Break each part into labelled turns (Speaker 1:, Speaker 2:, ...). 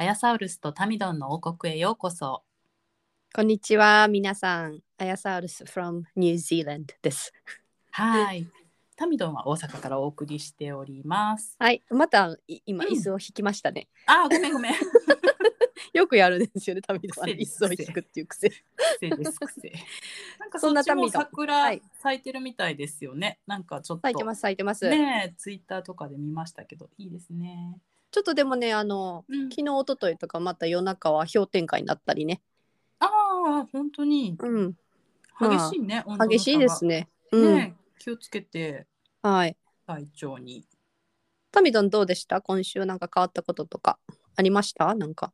Speaker 1: アヤサウルスとタミドンの王国へようこそ
Speaker 2: こんにちは、皆さん。アヤサウルス from New Zealand です。
Speaker 1: はいタミドンは大阪からお送りしております
Speaker 2: はい、またい今、
Speaker 1: うん
Speaker 2: 椅子を引きましたね。
Speaker 1: あーごめんご めん
Speaker 2: よくやるんですよね、タミドはね。
Speaker 1: 癖
Speaker 2: 椅
Speaker 1: です
Speaker 2: 子を引くっていう癖。
Speaker 1: 癖です癖なんかそ
Speaker 2: そん
Speaker 1: っ
Speaker 2: な
Speaker 1: ちも
Speaker 2: 民度
Speaker 1: 桜
Speaker 2: はい
Speaker 1: 咲いてるみたいですよね、なんかちょっと
Speaker 2: 咲いてます、咲いてます。
Speaker 1: ねえツイッターとかで見ましたけどいいですね、
Speaker 2: ちょっとでもね、あの、
Speaker 1: うん
Speaker 2: 昨日、一昨日とかまた夜中は氷点下になったりね。
Speaker 1: ああ本当に
Speaker 2: うん、
Speaker 1: 激しいね、温度の差が
Speaker 2: 激しいですね。うん、
Speaker 1: ねえ気をつけて
Speaker 2: はい。
Speaker 1: 体調に
Speaker 2: タミドンどうでした今週なんか変わったこととかありましたなんか。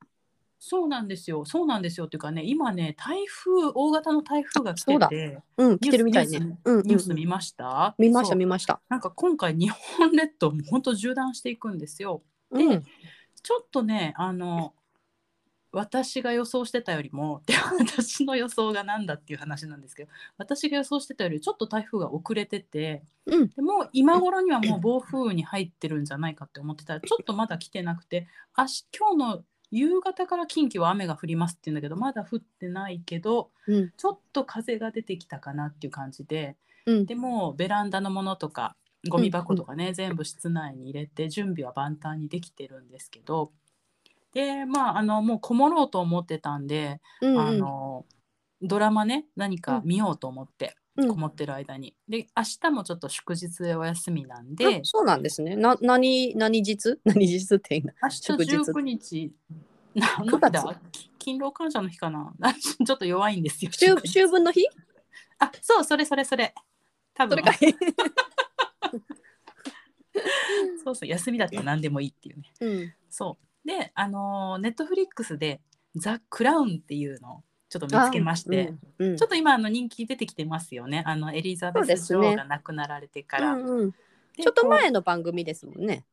Speaker 1: そうなんですよそうなんですよっていうかね今ね台風大型の台風が来
Speaker 2: そ
Speaker 1: て
Speaker 2: うだ
Speaker 1: て
Speaker 2: うん、来てるみたいね。
Speaker 1: ニュース
Speaker 2: うん、うん
Speaker 1: ニュース見ました、
Speaker 2: 見ました、
Speaker 1: そう
Speaker 2: 見ました。
Speaker 1: なんか今回日本列島も本当縦断していくんですよ
Speaker 2: うん、うん、
Speaker 1: ちょっとねあの私が予想してたよりもで私の予想が何だっていう話なんですけど私が予想してたよりちょっと台風が遅れてて
Speaker 2: うん、
Speaker 1: でもう今頃にはもう暴風雨に入ってるんじゃないかって思ってたらちょっとまだ来てなくて明日今日の夕方から近畿は雨が降りますって言うんだけどまだ降ってないけど
Speaker 2: うん、
Speaker 1: ちょっと風が出てきたかなっていう感じで
Speaker 2: うん、
Speaker 1: でもうベランダのものとかゴミ箱とかね、全部室内に入れて準備は万端にできてるんですけどでまああのもうこもろうと思ってたんで、あ
Speaker 2: うん、
Speaker 1: のドラマね何か見ようと思って、
Speaker 2: うん
Speaker 1: こもってる間にで明日もちょっと祝日でお休みなんで
Speaker 2: あそうなんですね。な、何、何日。 何日っ ていうの。
Speaker 1: 明日
Speaker 2: 祝日
Speaker 1: 19日何
Speaker 2: 九
Speaker 1: だ
Speaker 2: 月
Speaker 1: き勤労感謝の日かなちょっと弱いんですよ
Speaker 2: 週
Speaker 1: 祝、日
Speaker 2: 週分の日。
Speaker 1: あそうそれそれそれ多
Speaker 2: そ
Speaker 1: 分
Speaker 2: れ かい。
Speaker 1: そうそう休みだったら何でもいいっていうね
Speaker 2: うん。
Speaker 1: そうであのネットフリックスで「ザ・クラウン」っていうのをちょっと見つけまして、
Speaker 2: うん。うん
Speaker 1: ちょっと今あの人気出てきてますよねあのエリザベ
Speaker 2: そうで
Speaker 1: ス
Speaker 2: す
Speaker 1: 女
Speaker 2: ね
Speaker 1: 王が亡くなられてから。
Speaker 2: うんうん
Speaker 1: で
Speaker 2: ちょっと
Speaker 1: こ
Speaker 2: 前の番組ですもんね。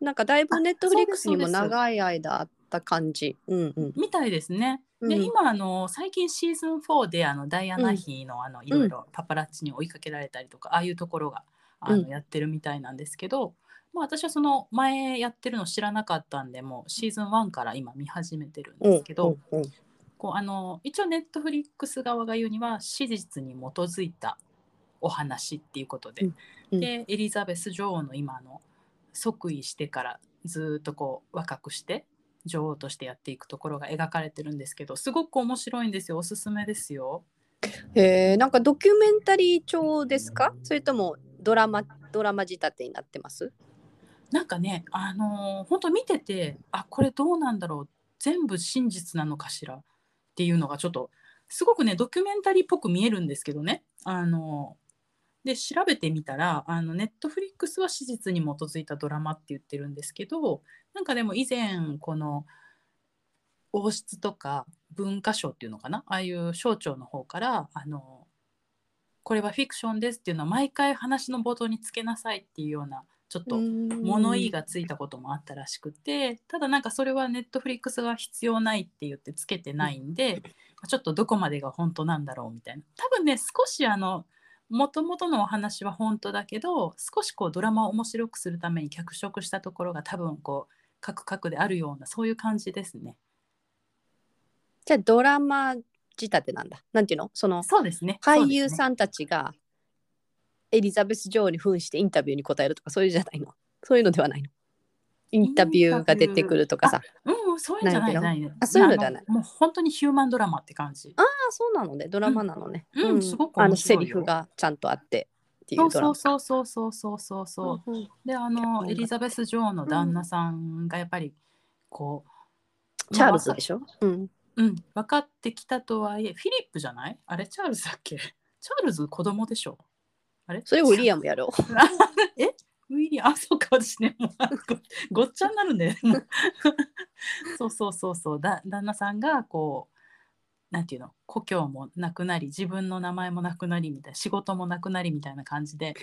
Speaker 2: なんかだいぶネットフリックスにも
Speaker 1: そうですそうです
Speaker 2: 長い間あった感じ。うんうん。
Speaker 1: うみたいですね。
Speaker 2: うん
Speaker 1: で、今あの最近シーズン4であのダイアナ妃のあのいろいろパパラッチに追いかけられたりとか、ああいうところがあ
Speaker 2: う
Speaker 1: の
Speaker 2: ん
Speaker 1: やってるみたいなんですけど、まあ私はその前やってるの知らなかったんでもうシーズン1から今見始めてるんですけど、
Speaker 2: うんうん
Speaker 1: こうあの一応ネットフリックス側が言うには史実に基づいたお話っていうことで、
Speaker 2: うんうん
Speaker 1: でエリザベス女王の今の即位してからずっとこう若くして女王としてやっていくところが描かれてるんですけどすごく面白いんですよおすすめですよ。
Speaker 2: へえ、なんかドキュメンタリー調ですか？それともドラマドラマ仕立てになってます？
Speaker 1: なんかねあのー本当見ててあこれどうなんだろう全部真実なのかしらっていうのがちょっとすごくねドキュメンタリーっぽく見えるんですけどねあのーで調べてみたらあのネットフリックスは史実に基づいたドラマって言ってるんですけどなんかでも以前この王室とか文化省っていうのかなああいう省庁の方からあのこれはフィクションですっていうのは毎回話の冒頭につけなさいっていうようなちょっと物言いがついたこともあったらしくてただなんかそれはネットフリックスが必要ないって言ってつけてないんでちょっとどこまでが本当なんだろうみたいな多分ね少しあの元々のお話は本当だけど少しこうドラマを面白くするために脚色したところが多分こう各々であるようなそういう感じですね。
Speaker 2: じゃあドラマ仕立てなんだ。なんていうの？その
Speaker 1: そうですね
Speaker 2: 俳優
Speaker 1: ん
Speaker 2: さんたちがエリザベス女王に扮してインタビューに答えるとかそういうじゃないのそういうのではないのインタビューが出てくるとかさ
Speaker 1: うんうんそういうんじゃない
Speaker 2: ないけど
Speaker 1: ないね
Speaker 2: あそういうのではない
Speaker 1: あのもう本当にヒューマンドラマって感じ。
Speaker 2: あそうなのねドラマなのね、
Speaker 1: うんうんすごく
Speaker 2: あ
Speaker 1: 面
Speaker 2: の
Speaker 1: 白い
Speaker 2: セ
Speaker 1: よ
Speaker 2: リフがちゃんとあってってい
Speaker 1: そうう
Speaker 2: ド
Speaker 1: そ
Speaker 2: ラ
Speaker 1: うそうそうそうそうそうそう。
Speaker 2: マうんうん
Speaker 1: であ
Speaker 2: なん
Speaker 1: の
Speaker 2: か
Speaker 1: エリザベス女王の旦那さんがやっぱりこう、
Speaker 2: チャールズ
Speaker 1: まあ
Speaker 2: でしょ、うん、
Speaker 1: うん、分かってきたとはいえフィリップじゃないあれチャールズだっけチャールズ子供でしょあれ
Speaker 2: それウィリ
Speaker 1: ア
Speaker 2: アムやろ う
Speaker 1: ムえウィリアムあそうか私ねもうごごっちゃになるんで そうそうそうそうだ旦那さんがこうなんていうの故郷もなくなり自分の名前もなくなりみたいな仕事もなくなりみたいな感じで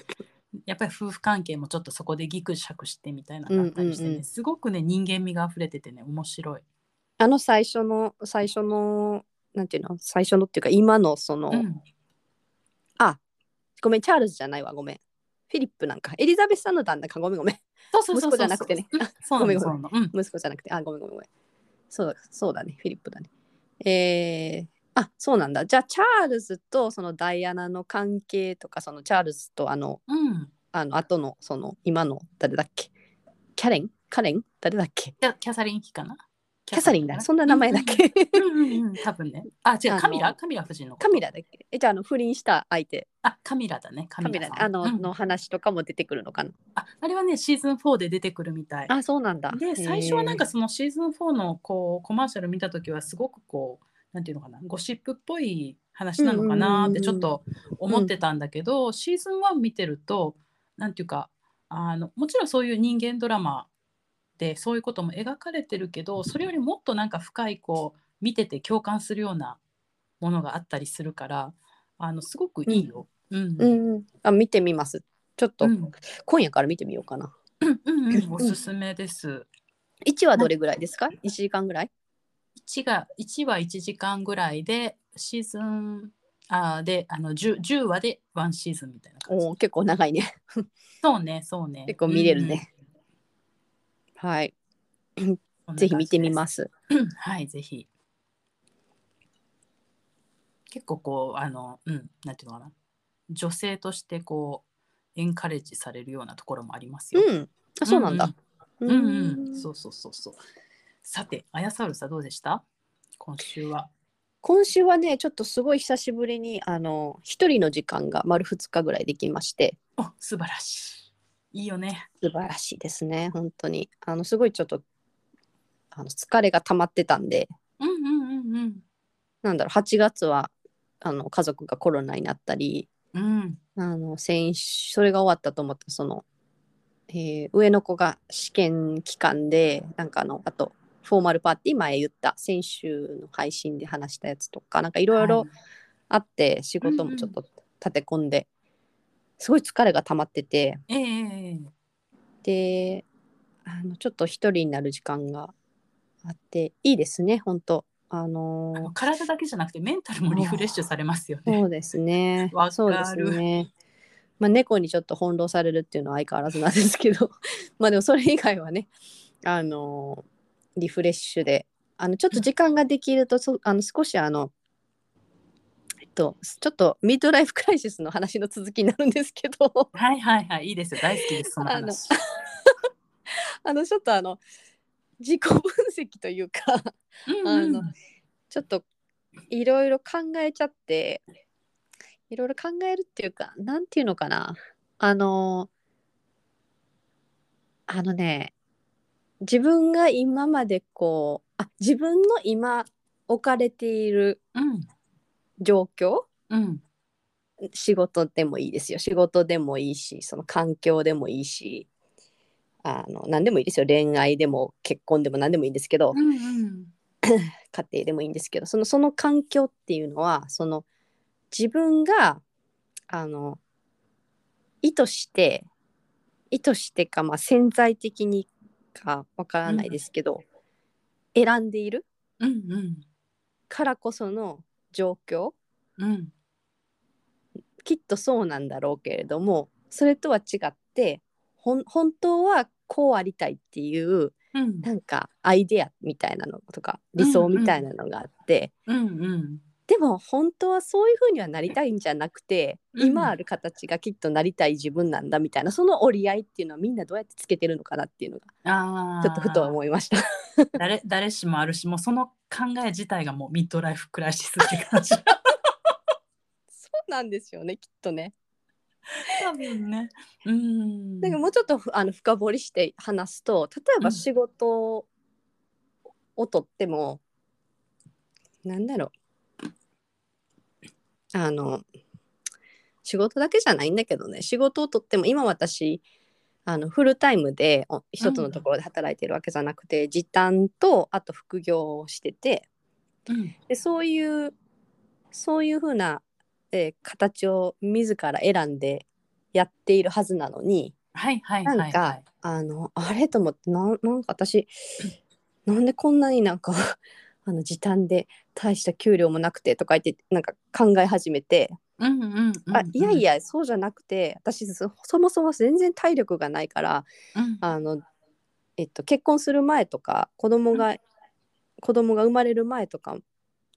Speaker 1: やっぱり夫婦関係もちょっとそこでギクシャクしてみたいなのがあったりしてね、
Speaker 2: うんうんうん
Speaker 1: すごくね人間味が溢れててね面白い。
Speaker 2: あの最初の最初のなんていうの最初のっていうか今のその、
Speaker 1: うん、
Speaker 2: あごめんチャールズじゃないわごめんフィリップなんかエリザベスさんの旦那かごめんごめん
Speaker 1: そうそうそうそう
Speaker 2: 息子じゃなくてね
Speaker 1: うんそうな
Speaker 2: ごめ
Speaker 1: の
Speaker 2: ん
Speaker 1: そ
Speaker 2: ご
Speaker 1: う
Speaker 2: め
Speaker 1: なのうん
Speaker 2: 息子じゃなくてあごめんごめんごめんそうだそうだねフィリップだねえー、あそうなんだじゃあチャールズとそのダイアナの関係とかそのチャールズとあの
Speaker 1: うん
Speaker 2: あの後のその今の誰だっけキャレンカレン誰だっけ
Speaker 1: キャキャサリン妃かな
Speaker 2: キャサリンだそんな
Speaker 1: キャ
Speaker 2: 名
Speaker 1: サリン
Speaker 2: 前だっ
Speaker 1: 妃か
Speaker 2: け
Speaker 1: なうんうんうん多分ねあ違
Speaker 2: あ
Speaker 1: う
Speaker 2: の
Speaker 1: カミラカミラ夫人のこと
Speaker 2: カミラだっけえじゃああの不倫した相手
Speaker 1: あカミラだねカ
Speaker 2: カ
Speaker 1: ミ
Speaker 2: ミ
Speaker 1: ラ
Speaker 2: ラ
Speaker 1: さん
Speaker 2: あの,、
Speaker 1: うん
Speaker 2: の話とかも出てくるのかな
Speaker 1: ああれはねシーズン4で出てくるみたい
Speaker 2: あそうなんだ
Speaker 1: で最初はなん
Speaker 2: へ
Speaker 1: かそのシーズン4のこうコマーシャル見た時はすごくこうなんていうのかなゴシップっぽい話なのかなってちょっと思ってたんだけど、シーズン1見てるとなんていうかあのもちろんそういう人間ドラマでそういうことも描かれてるけどそれよりもっとなんか深いこう見てて共感するようなものがあったりするからあのすごくいいよ。うん
Speaker 2: ーうんうんあ見てみますちょっと、
Speaker 1: うん
Speaker 2: 今夜から見てみようかな
Speaker 1: うんうんうんおすすめです。
Speaker 2: 1はどれぐらいですか1時間ぐらい
Speaker 1: 1が1は1時間ぐらいでシーズンあーであの 10, 10話でワンシーズンみたいな感じ
Speaker 2: おー結構長いね
Speaker 1: そうねそうね
Speaker 2: 結構見れるね、はい
Speaker 1: うん
Speaker 2: ぜひ見てみ
Speaker 1: す
Speaker 2: ます
Speaker 1: はいぜひ結構こうあのうんなんていうのかな女性としてこうエンカレッジされるようなところもありますよ、
Speaker 2: うんあそうなんだう
Speaker 1: うんうん、うんうんそうそうそうそうさてあやさるさんどうでした今週は
Speaker 2: 今週はねちょっとすごい久しぶりにあの一人の時間が丸2日ぐらいできまして
Speaker 1: お素晴らしいいいよね
Speaker 2: 素晴らしいですね本当にあのすごいちょっとあの疲れが溜まってたんで
Speaker 1: うんうんうんうん
Speaker 2: なんだろう8月はあの家族がコロナになったり
Speaker 1: うん
Speaker 2: あの先週それが終わったと思ったその、えー上の子が試験期間でなんかあのあとフォーマルパーティー前言った先週の配信で話したやつとかなんかいろいろ
Speaker 1: は
Speaker 2: あって仕事もちょっと立て込んで、すごい疲れが溜まってて
Speaker 1: ええ
Speaker 2: であのちょっと一人になる時間があっていいですね本当あの
Speaker 1: あ
Speaker 2: ー
Speaker 1: の体だけじゃなくてメンタルもリフレッシュされますよね。
Speaker 2: そうですね
Speaker 1: わかる
Speaker 2: そうですねまあ、猫にちょっと翻弄されるっていうのは相変わらずなんですけど まあでもそれ以外はねあのーリフレッシュであのちょっと時間ができるとそあの少しあのえっとちょっとミッドライフクライシスの話の続きになるんですけど
Speaker 1: はいはいはいいいですよ大好きですその
Speaker 2: あの
Speaker 1: 話。
Speaker 2: あのちょっとあの自己分析というか
Speaker 1: うん
Speaker 2: あ
Speaker 1: うん
Speaker 2: のちょっといろいろ考えちゃっていろいろ考えるっていうかなんていうのかなあのあのね自分が今までこうあ自分の今置かれている
Speaker 1: うん
Speaker 2: 状況
Speaker 1: うん
Speaker 2: 仕事でもいいですよ仕事でもいいしその環境でもいいしあの何でもいいですよ恋愛でも結婚でも何でもいいんですけど、
Speaker 1: うんうん
Speaker 2: 家庭でもいいんですけどそのその環境っていうのはその自分があの意図して意図してか、まあ、潜在的にかわからないですけど、選んでいる
Speaker 1: うんうん
Speaker 2: からこその状況
Speaker 1: うん
Speaker 2: きっとそうなんだろうけれどもそれとは違ってほん本当はこうありたいっていう
Speaker 1: うん
Speaker 2: なんかアイデアみたいなのとか理想みたいなのがあって、
Speaker 1: うんうん
Speaker 2: でも本当はそういう風にはなりたいんじゃなくて、
Speaker 1: うん
Speaker 2: 今ある形がきっとなりたい自分なんだみたいなその折り合いっていうのはみんなどうやってつけてるのかなっていうのが
Speaker 1: あ
Speaker 2: ちょっとふと
Speaker 1: う
Speaker 2: 思いました。
Speaker 1: 誰誰しもあるしもうその考え自体がもうミッドライフクライシスって感 じ
Speaker 2: そう なんですよねきっとね。
Speaker 1: 多分ね。うん。
Speaker 2: なんかもうちょっとふあの深掘りして話すと例え
Speaker 1: う
Speaker 2: ば
Speaker 1: ん
Speaker 2: 仕事をとっても、なんだろうあの仕事だけじゃないんだけどね仕事をとっても今私あのフルタイムでお一つのところで働いてるわけじゃなくて、時短とあと副業をしてて
Speaker 1: うん
Speaker 2: でそういうそういうふうな、えー形を自ら選んでやっているはずなのに
Speaker 1: はいはい
Speaker 2: な
Speaker 1: はい
Speaker 2: んか、
Speaker 1: はい。
Speaker 2: あのあれと思ってなんなん か私なんでこんなになんか あの時短で大した給料もなくてとか言ってなんか考え始めて。
Speaker 1: うんうんうんうん
Speaker 2: あいやいやそうじゃなくて私そそもそも全然体力がないから
Speaker 1: うん
Speaker 2: あの、えっと、結婚する前とか子供が、子供が生まれる前とか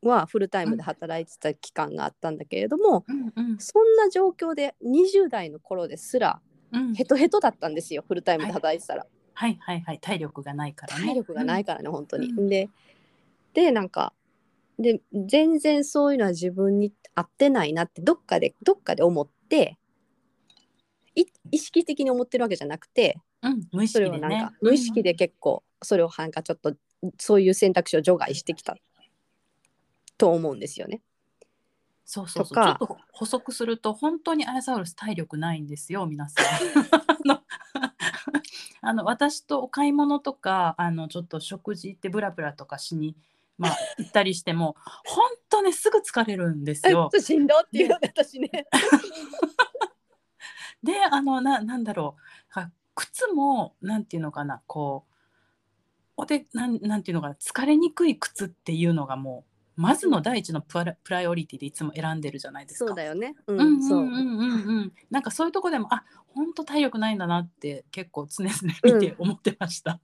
Speaker 2: はフルタイムで働いてた期間があったんだけれども、
Speaker 1: うんうん
Speaker 2: そんな状況で20代の頃ですら
Speaker 1: うん
Speaker 2: ヘトヘトだったんですよフルタイムで働いてたら、
Speaker 1: はいはいはい体力がないからね。
Speaker 2: 体力がないからね、本当に。
Speaker 1: うん
Speaker 2: ででなんかで全然そういうのは自分に合ってないなってどっかでどっかで思ってい意識的に思ってるわけじゃなくて
Speaker 1: うん、うん、無意
Speaker 2: そ
Speaker 1: 識
Speaker 2: れ
Speaker 1: で
Speaker 2: をなん
Speaker 1: ね
Speaker 2: か。無意識で結構それをなんかちょっとそういう選択肢を除外してきたと思うんですよね。
Speaker 1: そうそうそう。
Speaker 2: と
Speaker 1: ちょ
Speaker 2: か
Speaker 1: っと補足すると、本当にアラサウルス体力ないんですよ、皆さん。 あのあの私とお買い物とか、あのちょっと食事行ってブラブラとかしに、まあ、行ったりしても、本当ね、すぐ疲れるんです
Speaker 2: え
Speaker 1: よ。
Speaker 2: としんどっていうのが私ね。
Speaker 1: で、あのななんだろう、あ靴も、なんていうのかな、こう、おでなんなんていうのかな、疲れにくい靴っていうのがもう、まずの第一のプラプライオリティでいつも選んでるじゃないです
Speaker 2: そ
Speaker 1: か
Speaker 2: う。だよね。う
Speaker 1: うん
Speaker 2: ん、
Speaker 1: う
Speaker 2: そ
Speaker 1: んう
Speaker 2: う。
Speaker 1: んうんうん、なんかそういうとこでもあ本当体力ないんだなって結構常々
Speaker 2: うん
Speaker 1: 見て思ってま した。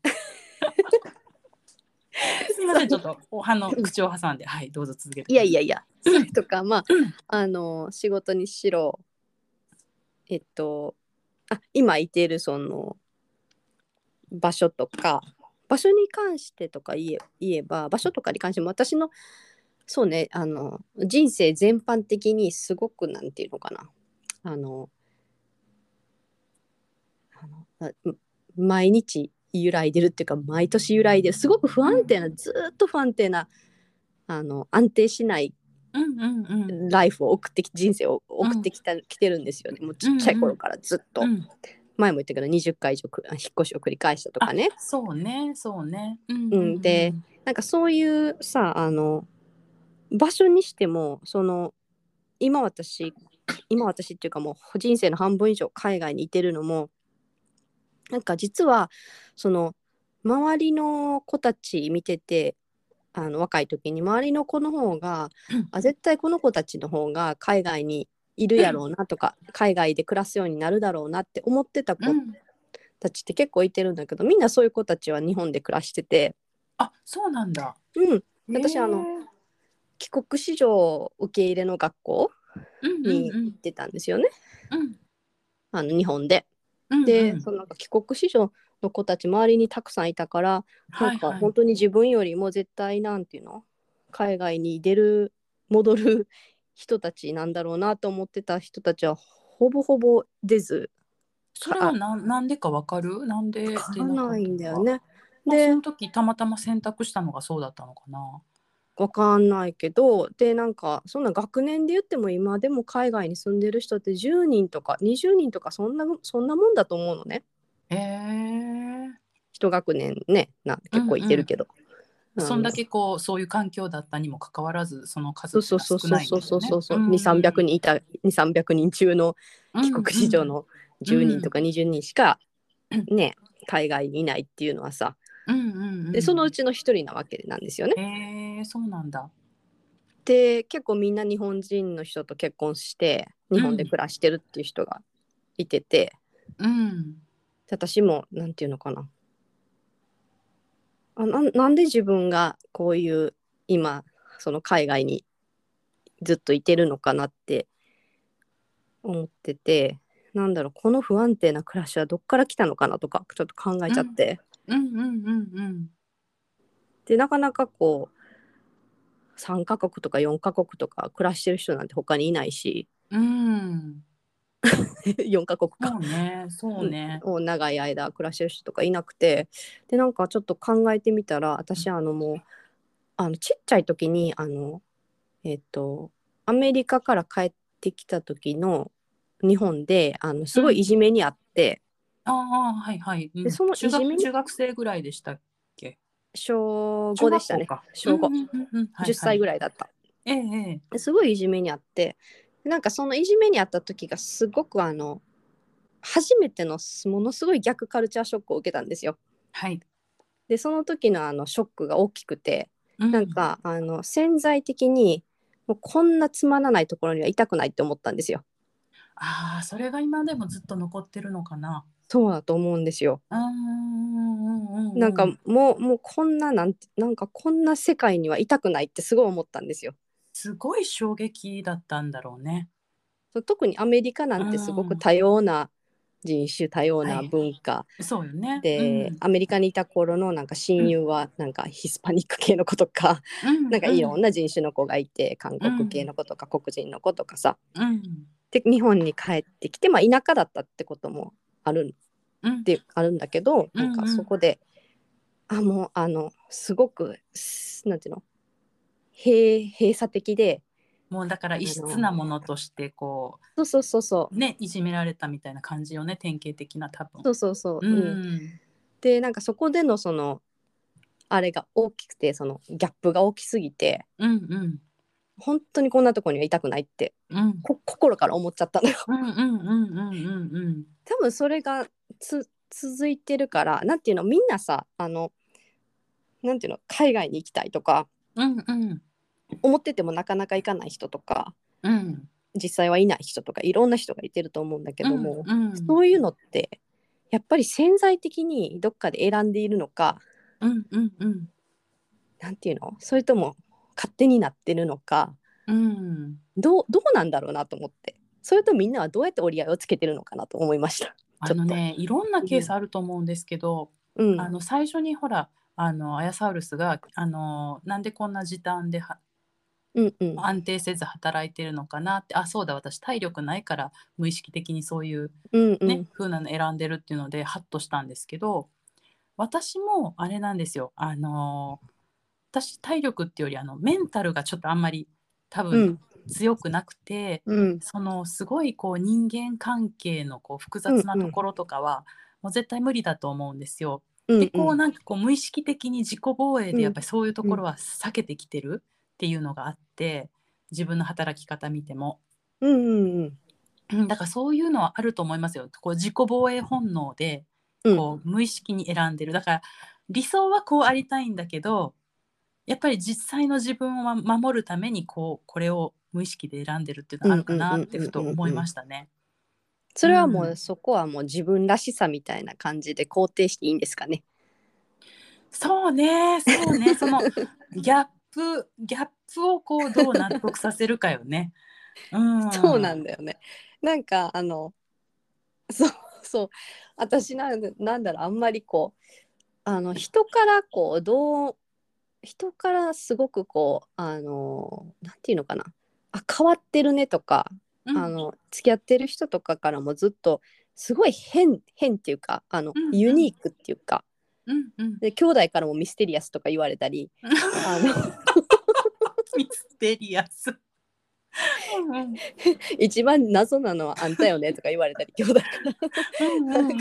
Speaker 1: すみませんちょっとおあの口を挟んではいどうぞ続けて。
Speaker 2: いやいやいや、それとか、まあ、あの、仕事にしろ、えっと、あ、今いているその、場所とか、場所に関してとか言え言えば、場所とかに関しても、私の、そうね、あの、人生全般的にすごく、なんていうのかな、あの、あのあ毎日揺らいでるっていうか、毎年揺らいでる、すごく不安定な、ずーっと不安定な、あの、安定しない
Speaker 1: うんうんうん
Speaker 2: ライフを送ってき人生を送ってきた、来てるんですよねもうちっちゃい頃からずっと、
Speaker 1: うん、
Speaker 2: 前も言ったけど20回以上くあ引っ越しを繰り返したとかね
Speaker 1: そうねそうね。うん
Speaker 2: うんでなんかそういうさあの場所にしてもその今私今私っていうかもう人生の半分以上海外にいてるのもなんか実はその周りの子たち見ててあの若い時に周りの子の方が
Speaker 1: うん
Speaker 2: あ絶対この子たちの方が海外にいるやろうなとか海外で暮らすようになるだろうなって思ってた子
Speaker 1: うん、
Speaker 2: たちって結構いてるんだけどみんなそういう子たちは日本で暮らしてて、
Speaker 1: あそうなんだ。
Speaker 2: うん、私あの
Speaker 1: へ
Speaker 2: 帰国子女受け入れの学校
Speaker 1: ーうんうん
Speaker 2: に
Speaker 1: う
Speaker 2: 行っ
Speaker 1: ん
Speaker 2: てたんですよね、
Speaker 1: うん
Speaker 2: あの日本で。
Speaker 1: うん
Speaker 2: で、
Speaker 1: うん
Speaker 2: そのなんか帰国子女の子たち周りにたくさんいたから、
Speaker 1: はい
Speaker 2: な
Speaker 1: は
Speaker 2: んか
Speaker 1: い
Speaker 2: 本当に自分よりも絶対なんていうの海外に出る戻る人たちなんだろうなと思ってた人たちはほぼほぼ出ず
Speaker 1: それはなんなんでかわかるなんで
Speaker 2: わからないんだよ。ね。
Speaker 1: で
Speaker 2: で
Speaker 1: その時たまたま選択したのがそうだったのかな。
Speaker 2: わかんないけどでなんかそんな学年で言っても今でも海外に住んでる人って10人とか20人とかそんなそんなもんだと思うのね
Speaker 1: へえ。
Speaker 2: 一学年ねな結構いてるけど、あの
Speaker 1: そんだけこうそういう環境だったにもかかわらずその数
Speaker 2: そう
Speaker 1: が少
Speaker 2: そうそうそ
Speaker 1: な
Speaker 2: う
Speaker 1: いん
Speaker 2: そう
Speaker 1: です
Speaker 2: そ
Speaker 1: よ
Speaker 2: う
Speaker 1: ね
Speaker 2: そうそう2 3 0 0人いた2 3 0 0人中の帰国子女、の10人とか20人しかね海外にいないっていうのはさ
Speaker 1: うんうんうんうんうん
Speaker 2: でそのうちの一人なわけなんですよね。
Speaker 1: へえそうなんだ。
Speaker 2: で結構みんな日本人の人と結婚して日本で暮らしてるっていう人がいてて。
Speaker 1: うん。
Speaker 2: で私もなんていうのかなあなんなんで自分がこういう今その海外にずっといてるのかなって思っててなんだろうこの不安定な暮らしはどっから来たのかなとかちょっと考えちゃって、
Speaker 1: うんうんうん
Speaker 2: でなかなかこう3カ国とか4カ国とか暮らしてる人なんて他にいないし
Speaker 1: うん。うん。
Speaker 2: 4カ国か
Speaker 1: そうねそうね。
Speaker 2: を長い間暮らしてる人とかいなくてでなんかちょっと考えてみたら私あのもうあのちっちゃい時にあのえっ、とアメリカから帰ってきた時の日本であのすごいいじめにあって、
Speaker 1: ああはいはい、うん
Speaker 2: でそのいじ
Speaker 1: 中
Speaker 2: め
Speaker 1: 学中学生ぐらいでした
Speaker 2: 小5でしたね小5、10歳ぐ
Speaker 1: らい
Speaker 2: らいだった
Speaker 1: えええ
Speaker 2: ですごいいじめにあってなんかそのいじめにあった時がすごくあの初めてのすものすごい逆カルチャーショックを受けたんですよ。
Speaker 1: えはい
Speaker 2: でその時のあのショックが大きくて
Speaker 1: う
Speaker 2: なんかあの潜在的にもうこんなつまらないところには痛くないって思ったんですよ。
Speaker 1: ああそれが今でもずっと残ってるのかな
Speaker 2: そうだと思うんですよ。
Speaker 1: うーん
Speaker 2: なんかもうもうこんななんてなんかこんな世界には痛くないってすごい思ったんですよ。
Speaker 1: すごい衝撃だったんだろうね
Speaker 2: そう特にアメリカなんてすごく多様な人種多様な文化、
Speaker 1: そうよね
Speaker 2: で、
Speaker 1: うん
Speaker 2: アメリカにいた頃のなんか親友はなんかヒスパニック系の子とか、
Speaker 1: うん
Speaker 2: なんかいろんな人種の子がいて韓国系の子とか黒人の子とかさ、
Speaker 1: うん
Speaker 2: で日本に帰ってきて、まあ、田舎だったってこともある
Speaker 1: うん
Speaker 2: であるんだけどなん
Speaker 1: う
Speaker 2: か
Speaker 1: んうん
Speaker 2: そこで、あもうあのすごくすなんていうの閉閉鎖的で
Speaker 1: もうだから異質なものとしてこ
Speaker 2: そうそうそうそう
Speaker 1: うねいじめられたみたいな感じよね典型的な多分
Speaker 2: そうそうそ
Speaker 1: う
Speaker 2: う、うん
Speaker 1: ん
Speaker 2: でなんかそこでのそのあれが大きくてそのギャップが大きすぎて。
Speaker 1: うんうん
Speaker 2: 本当にこんなとこにはいたくないって
Speaker 1: うん
Speaker 2: こ心から思っちゃったのよ
Speaker 1: うんうんうんうんうんうん
Speaker 2: 多分それがつ続いてるからなんていうのみんなさあのなんていうの海外に行きたいとか
Speaker 1: うんうん
Speaker 2: 思っててもなかなか行かない人とか
Speaker 1: うん
Speaker 2: 実際はいない人とかいろんな人がいてると思うんだけども、
Speaker 1: うんうん
Speaker 2: そういうのってやっぱり潜在的にどっかで選んでいるのか
Speaker 1: うんうんうん
Speaker 2: なんていうのそれとも勝手になってるのか
Speaker 1: うん
Speaker 2: どうどうなんだろうなと思ってそれとみんなはどうやって折り合いをつけてるのかなと思いました。
Speaker 1: あのねいろんなケースあると思うんですけど、
Speaker 2: うん、
Speaker 1: あの最初にほらあのアヤサウルスがあのなんでこんな時短では
Speaker 2: うんうん
Speaker 1: 安定せず働いてるのかなってあそうだ私体力ないから無意識的にそういう
Speaker 2: うんう
Speaker 1: ね、
Speaker 2: ん
Speaker 1: 風なの選んでるっていうのでハッとしたんですけど私もあれなんですよあの私体力っていうよりあのメンタルがちょっとあんまり多
Speaker 2: う
Speaker 1: 分
Speaker 2: ん
Speaker 1: 強くなくて、
Speaker 2: うん
Speaker 1: そのすごいこう人間関係のこう複雑なところとかは、もう絶対無理だと思うんですよ。
Speaker 2: うん
Speaker 1: でこうなんかこう無意識的に自己防衛でやっぱりそういうところは避けてきてるっていうのがあって自分の働き方見ても。
Speaker 2: うんうん
Speaker 1: うんだからそういうのはあると思いますよ。こう自己防衛本能で
Speaker 2: うん
Speaker 1: こう無意識に選んでる。だから理想はこうありたいんだけどやっぱり実際の自分は守るためにこうこれを無意識で選んでるっていうのはあるかなってふと思いましたね。
Speaker 2: それはも
Speaker 1: うん
Speaker 2: うそこはもう自分らしさみたいな感じで肯定していいんですかね。
Speaker 1: そうね、そうね、そのギャップ、ギャップをこうどう納得させるかよね。うん、
Speaker 2: そうなんだよね。なんかあのそうそう私なんなんだろうあんまりこうあの人からこうどう人からすごくこうあのなんていうのかなあ変わってるねとか
Speaker 1: うん。
Speaker 2: あの付き合ってる人とかからもずっとすごい変変っていうかあの、
Speaker 1: うんうん
Speaker 2: ユニークっていうか
Speaker 1: うんうん。
Speaker 2: で兄弟からもミステリアスとか言われ たりあの
Speaker 1: ミステリアス。うんうん
Speaker 2: 一番謎なのはあんたよねとか言われたり兄弟から
Speaker 1: うんうんうん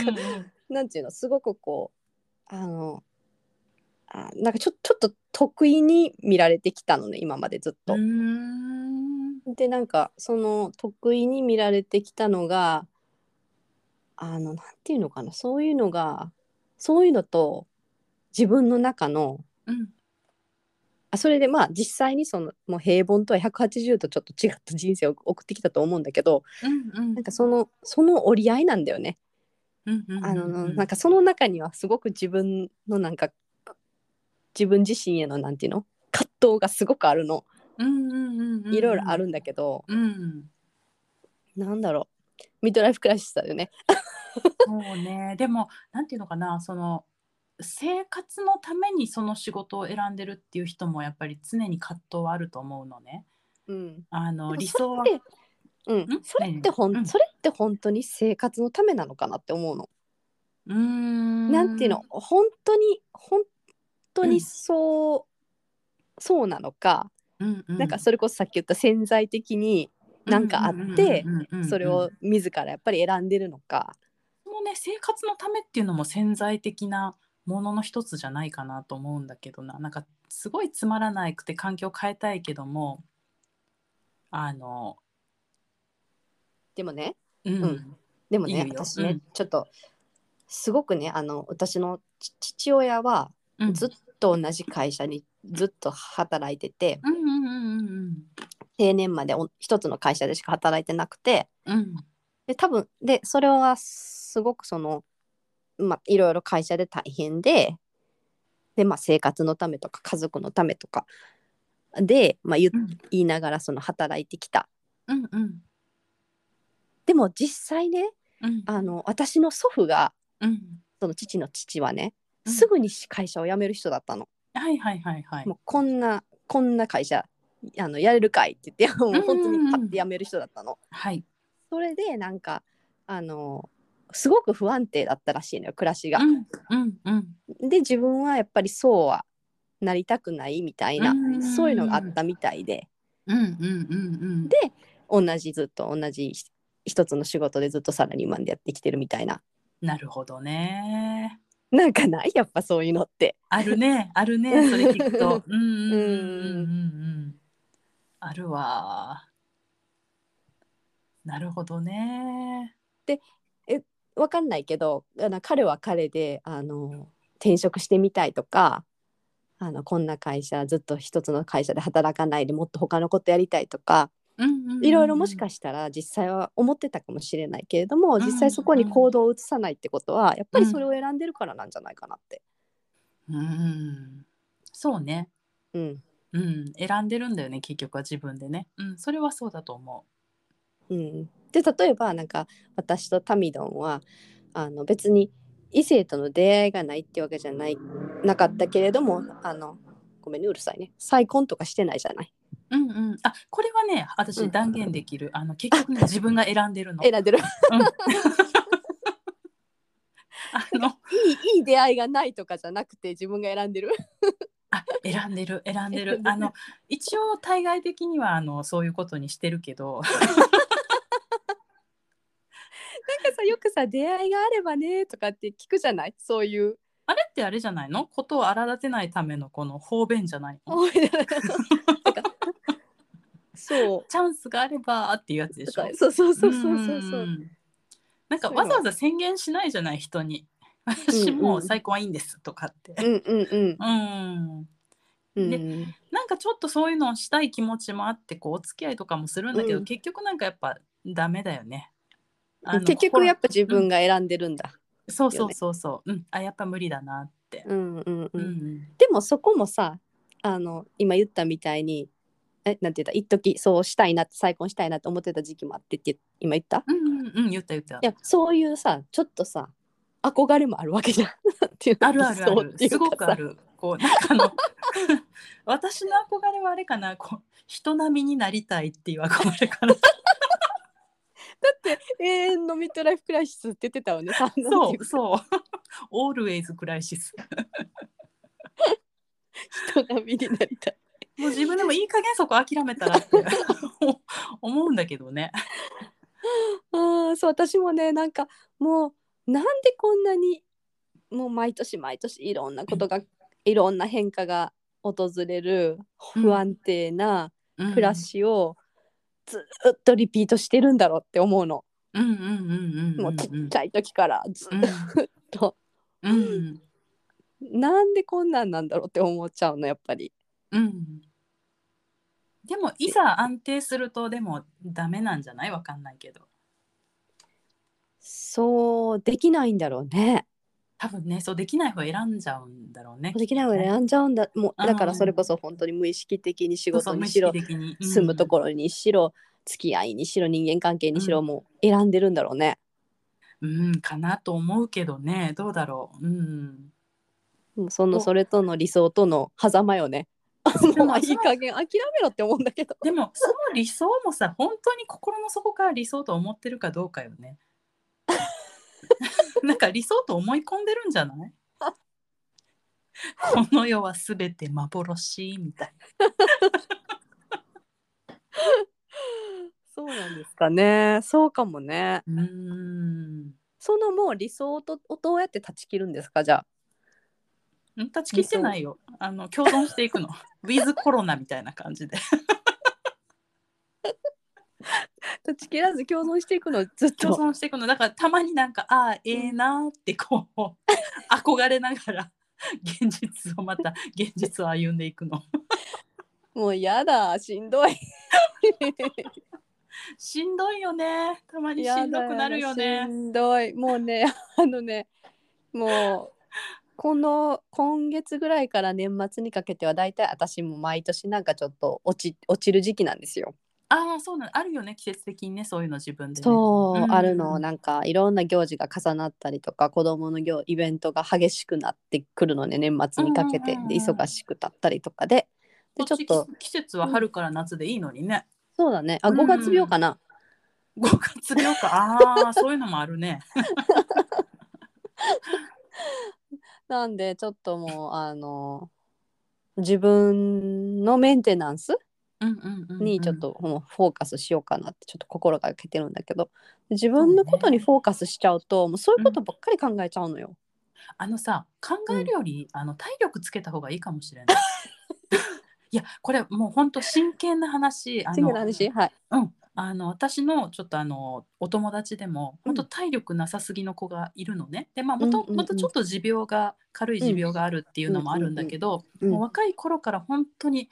Speaker 2: なんていうのすごくこうあのあなんかちょちょっと得意に見られてきたのね今までずっ
Speaker 1: う
Speaker 2: と。
Speaker 1: ん。
Speaker 2: でなんかその得意に見られてきたのがあのなんていうのかなそういうのがそういうのと自分の中の
Speaker 1: うーん。
Speaker 2: あそれでまあ実際にそのもう平凡とは180度ちょっと違った人生を送ってきたと思うんだけど
Speaker 1: うんうん
Speaker 2: なんかそのその折り合いなんだよね。
Speaker 1: うんうんうん
Speaker 2: あの
Speaker 1: うん
Speaker 2: なんかその中にはすごく自分のなんか自分自身へのなんていうの葛藤がすごくあるの
Speaker 1: うんうんうんうん
Speaker 2: いろいろあるんだけど、
Speaker 1: うん
Speaker 2: なんだろうミッドライフクライシスだよね。
Speaker 1: そうねでもなんていうのかなその生活のためにその仕事を選んでるっていう人もやっぱり常に葛藤はあると思うのね。
Speaker 2: うん、
Speaker 1: あの理
Speaker 2: でもそ
Speaker 1: 想は
Speaker 2: れってうん
Speaker 1: ん、
Speaker 2: それってほん、
Speaker 1: うん
Speaker 2: それって本当に生活のためなのかなって思うの。
Speaker 1: うーん
Speaker 2: なんていうの本当に本当
Speaker 1: うん
Speaker 2: にそう、そうなのか、
Speaker 1: うんう
Speaker 2: なんかそれこそさっき言った潜在的になんかあって
Speaker 1: うんうんうんうんうんうん
Speaker 2: それを自らやっぱり選んでるのか、
Speaker 1: そののね生活のためっていうのも潜在的なものの一つじゃないかなと思うんだけどななんかすごいつまらなくて環境変えたいけどもあの
Speaker 2: でもね
Speaker 1: うん、
Speaker 2: うんでもね
Speaker 1: いいよ
Speaker 2: 私ね、
Speaker 1: うん
Speaker 2: ちょっとすごくねあの私のち父親は
Speaker 1: うん、
Speaker 2: ずっと同じ会社にずっと働いてて
Speaker 1: うんうんうんうん
Speaker 2: 定年までお一つの会社でしか働いてなくて
Speaker 1: うん
Speaker 2: で多分でそれはすごくそのまあいろいろ会社で大変でで、まあ、生活のためとか家族のためとかで、まあ、言
Speaker 1: うん
Speaker 2: 言いながらその働いてきた
Speaker 1: うんうん
Speaker 2: でも実際ね
Speaker 1: うん
Speaker 2: あの私の祖父が
Speaker 1: うん
Speaker 2: その父の父はね
Speaker 1: うん
Speaker 2: すぐに会社を辞める人だったの。
Speaker 1: はいはいはいはい
Speaker 2: もうこんなこんな会社あのやれるかいって言 ってもう本当にパッて辞める人だったの。
Speaker 1: はい
Speaker 2: それでなんかあのすごく不安定だったらしいのよ暮らしが
Speaker 1: う。んうんうん
Speaker 2: で自分はやっぱりそうはなりたくないみたいな
Speaker 1: うん
Speaker 2: そういうのがあったみたいで
Speaker 1: うんうんうんうん
Speaker 2: で同じずっと同じひ一つの仕事でずっとサラリーマンでやってきてるみたいな
Speaker 1: なるほどね
Speaker 2: なんかないやっぱそういうのって。
Speaker 1: あるね、ある ね、それ聞くと。うんうんうんうん
Speaker 2: うん
Speaker 1: うん。あるわ。なるほどね。
Speaker 2: わかんないけどあの彼は彼であの転職してみたいとかあのこんな会社ずっと一つの会社で働かないでもっと他のことやりたいとかいろいろもしか
Speaker 1: し
Speaker 2: したら実際は思ってたかもしれないけれども
Speaker 1: ん
Speaker 2: 実際そこに行動を移さないってことはやっぱりそれを選んでるからなんじゃないかなって。
Speaker 1: て。うん。そうね。
Speaker 2: うん
Speaker 1: うん、選んでるんだよね、結局は自分でね。うん、それはそうだと思
Speaker 2: うん、で例えばなんか私とタミドンはあの別に異性との出会いがないってわけじゃないなかったけれどもあのごめんねうるさいね再婚とかしてないじゃない。
Speaker 1: う。うんうん、あこれはね
Speaker 2: う
Speaker 1: 私
Speaker 2: ん
Speaker 1: 断言できる、あの結局ね自分が選んでるの。
Speaker 2: 選んでる
Speaker 1: あの
Speaker 2: いいいい出会いがないとかじゃなくて自分が選んで る
Speaker 1: あ選んでる選んで
Speaker 2: 選
Speaker 1: る
Speaker 2: んでる
Speaker 1: あの一応対外的にはあのそういうことにしてるけど
Speaker 2: なんかさよくさ出会いがあればねとかって聞くじゃないそういう
Speaker 1: あれってあれじゃないのことを荒立てないためのこの方便じゃないの
Speaker 2: 思い出ながらなんかそう
Speaker 1: チャンスがあればっていうやつで
Speaker 2: と
Speaker 1: しょ
Speaker 2: かそうそうそうそうそうそうん
Speaker 1: なんかわざわざ宣言しないじゃない人に
Speaker 2: うん
Speaker 1: 私もう最高はいいんですとかって
Speaker 2: うんうんうん
Speaker 1: うん
Speaker 2: うん、
Speaker 1: でなんかちょっとそういうのをしたい気持ちもあってこうお付き合いとかもするんだけど、
Speaker 2: うん
Speaker 1: 結局なんかやっぱダメだよねあの
Speaker 2: 結局やっぱ自
Speaker 1: 心
Speaker 2: 分が選んでるんだ、
Speaker 1: そうそうそうそう、うんあやっぱ無理だなって
Speaker 2: うんうんう
Speaker 1: うんん
Speaker 2: でもそこもさあの今言ったみたいにえなんて言った一時そうしたいなって再婚したいなって思ってた時期もあってって今言った
Speaker 1: うんうんうん言った言った
Speaker 2: いやそういうさちょっとさ憧れもあるわけじゃん。なんていうの
Speaker 1: あるあるあ
Speaker 2: そうっ
Speaker 1: る
Speaker 2: てい
Speaker 1: す
Speaker 2: う
Speaker 1: ご
Speaker 2: か
Speaker 1: く
Speaker 2: さ
Speaker 1: あるこうなんかあの 私の憧れはあれかなこう人並みになりたいっていう憧れかな
Speaker 2: 永遠のミッドライフクライシスって言ってたよ ね。
Speaker 1: そ
Speaker 2: そう
Speaker 1: うそうオールウェイズクライシス
Speaker 2: 人並みになりたい。
Speaker 1: もう自分でもいい加減そこ諦めたらって 思うんだけどね
Speaker 2: うんそう私もねなんかもうなんでこんなにもう毎年毎年いろんなことがいろんな変化が訪れる不安定な暮らしをずっとリピートしてるんだろうって思うの。
Speaker 1: うんうんうんうんうん
Speaker 2: も
Speaker 1: う
Speaker 2: うんちっちゃい時からずっと。
Speaker 1: うんうん
Speaker 2: なんでこんなんなんだろうって思っちゃうのやっぱり。
Speaker 1: うんでもいざ安定するとでもダメなんじゃないわかんないけど
Speaker 2: そうできないんだろうね。
Speaker 1: 多分ねそうできない方選んじゃうんだろうね
Speaker 2: できないから選んじゃうんだも
Speaker 1: う
Speaker 2: うんだからそれこそ本当に無意識的に仕
Speaker 1: そうそ
Speaker 2: 事
Speaker 1: う無
Speaker 2: に
Speaker 1: 意
Speaker 2: し
Speaker 1: 識
Speaker 2: ろ
Speaker 1: 的に、うん
Speaker 2: 住むところにしろ付き合いにしろ人間関係にしろ
Speaker 1: う
Speaker 2: もう選んでるんだろうね。
Speaker 1: うん、かなと思うけどね、どうだろう。うん。
Speaker 2: もうその
Speaker 1: お
Speaker 2: それとの理想との狭間よね。
Speaker 1: も
Speaker 2: もういい加減諦めろって思うんだけど。
Speaker 1: でも、その理想もさ、本当に心の底から理想と思ってるかどうかよね。 なんか理想と思い込んでるんじゃ ないこの世はすべて幻みたい
Speaker 2: そうなんですかね。そうかもね。
Speaker 1: な。うん。
Speaker 2: そのもう理想とをどうやって断ち切るんですかじゃあ
Speaker 1: ん断ち切ってないよあの共存してい くのウィズコロナみたいな感じで
Speaker 2: 断ち切らず共存していくのずっ
Speaker 1: 共
Speaker 2: と
Speaker 1: 存していくのだからたまになんかああええなーってこ う憧れながら現実をまた現実を歩んでいくの
Speaker 2: もうやだしんどい
Speaker 1: しんどいよねたまに
Speaker 2: やだ
Speaker 1: しんどくなるよ
Speaker 2: やだ
Speaker 1: ね
Speaker 2: しんどいもうね あのねもうこの今月ぐらいから年末にかけてはだいたい私も毎年なんかちょっと落ち落ちる時期なんですよ。
Speaker 1: ああそうなのあるよね季節的にねそういうの自分で、ね、
Speaker 2: そう、
Speaker 1: うん
Speaker 2: あるのなんかいろんな行事が重なったりとか子どもの行イベントが激しくなってくるのね年末にかけて、
Speaker 1: うんうんうん
Speaker 2: で忙しくなったりとかで
Speaker 1: こ
Speaker 2: でちょっ
Speaker 1: ち
Speaker 2: と
Speaker 1: 季節は春から夏でいいのにね、
Speaker 2: そうだねあ
Speaker 1: うん
Speaker 2: 5月病かな、
Speaker 1: 五月病かあ あそういうのもあるね
Speaker 2: なんでちょっともうあの自分のメンテナンス
Speaker 1: うんうんうんうん
Speaker 2: にちょっともうフォーカスしようかなってちょっと心がけてるんだけど自分のことにフォーカスしちゃうともうそういうことばっかり考えちゃうのよ。
Speaker 1: あのさ考えるより、あの体力つけた方がいいかもしれ ないいやこれもう本当真剣な話あ
Speaker 2: 次の話はい。
Speaker 1: うん、あの私のちょっとあのお友達でも
Speaker 2: う
Speaker 1: 本
Speaker 2: ん
Speaker 1: 当体力なさすぎの子がいるのね、でまあ
Speaker 2: うん
Speaker 1: もと
Speaker 2: うん
Speaker 1: またちょっと持病が軽い持病があるっていうのもあるんだけど、
Speaker 2: うん
Speaker 1: もう若い頃から本当に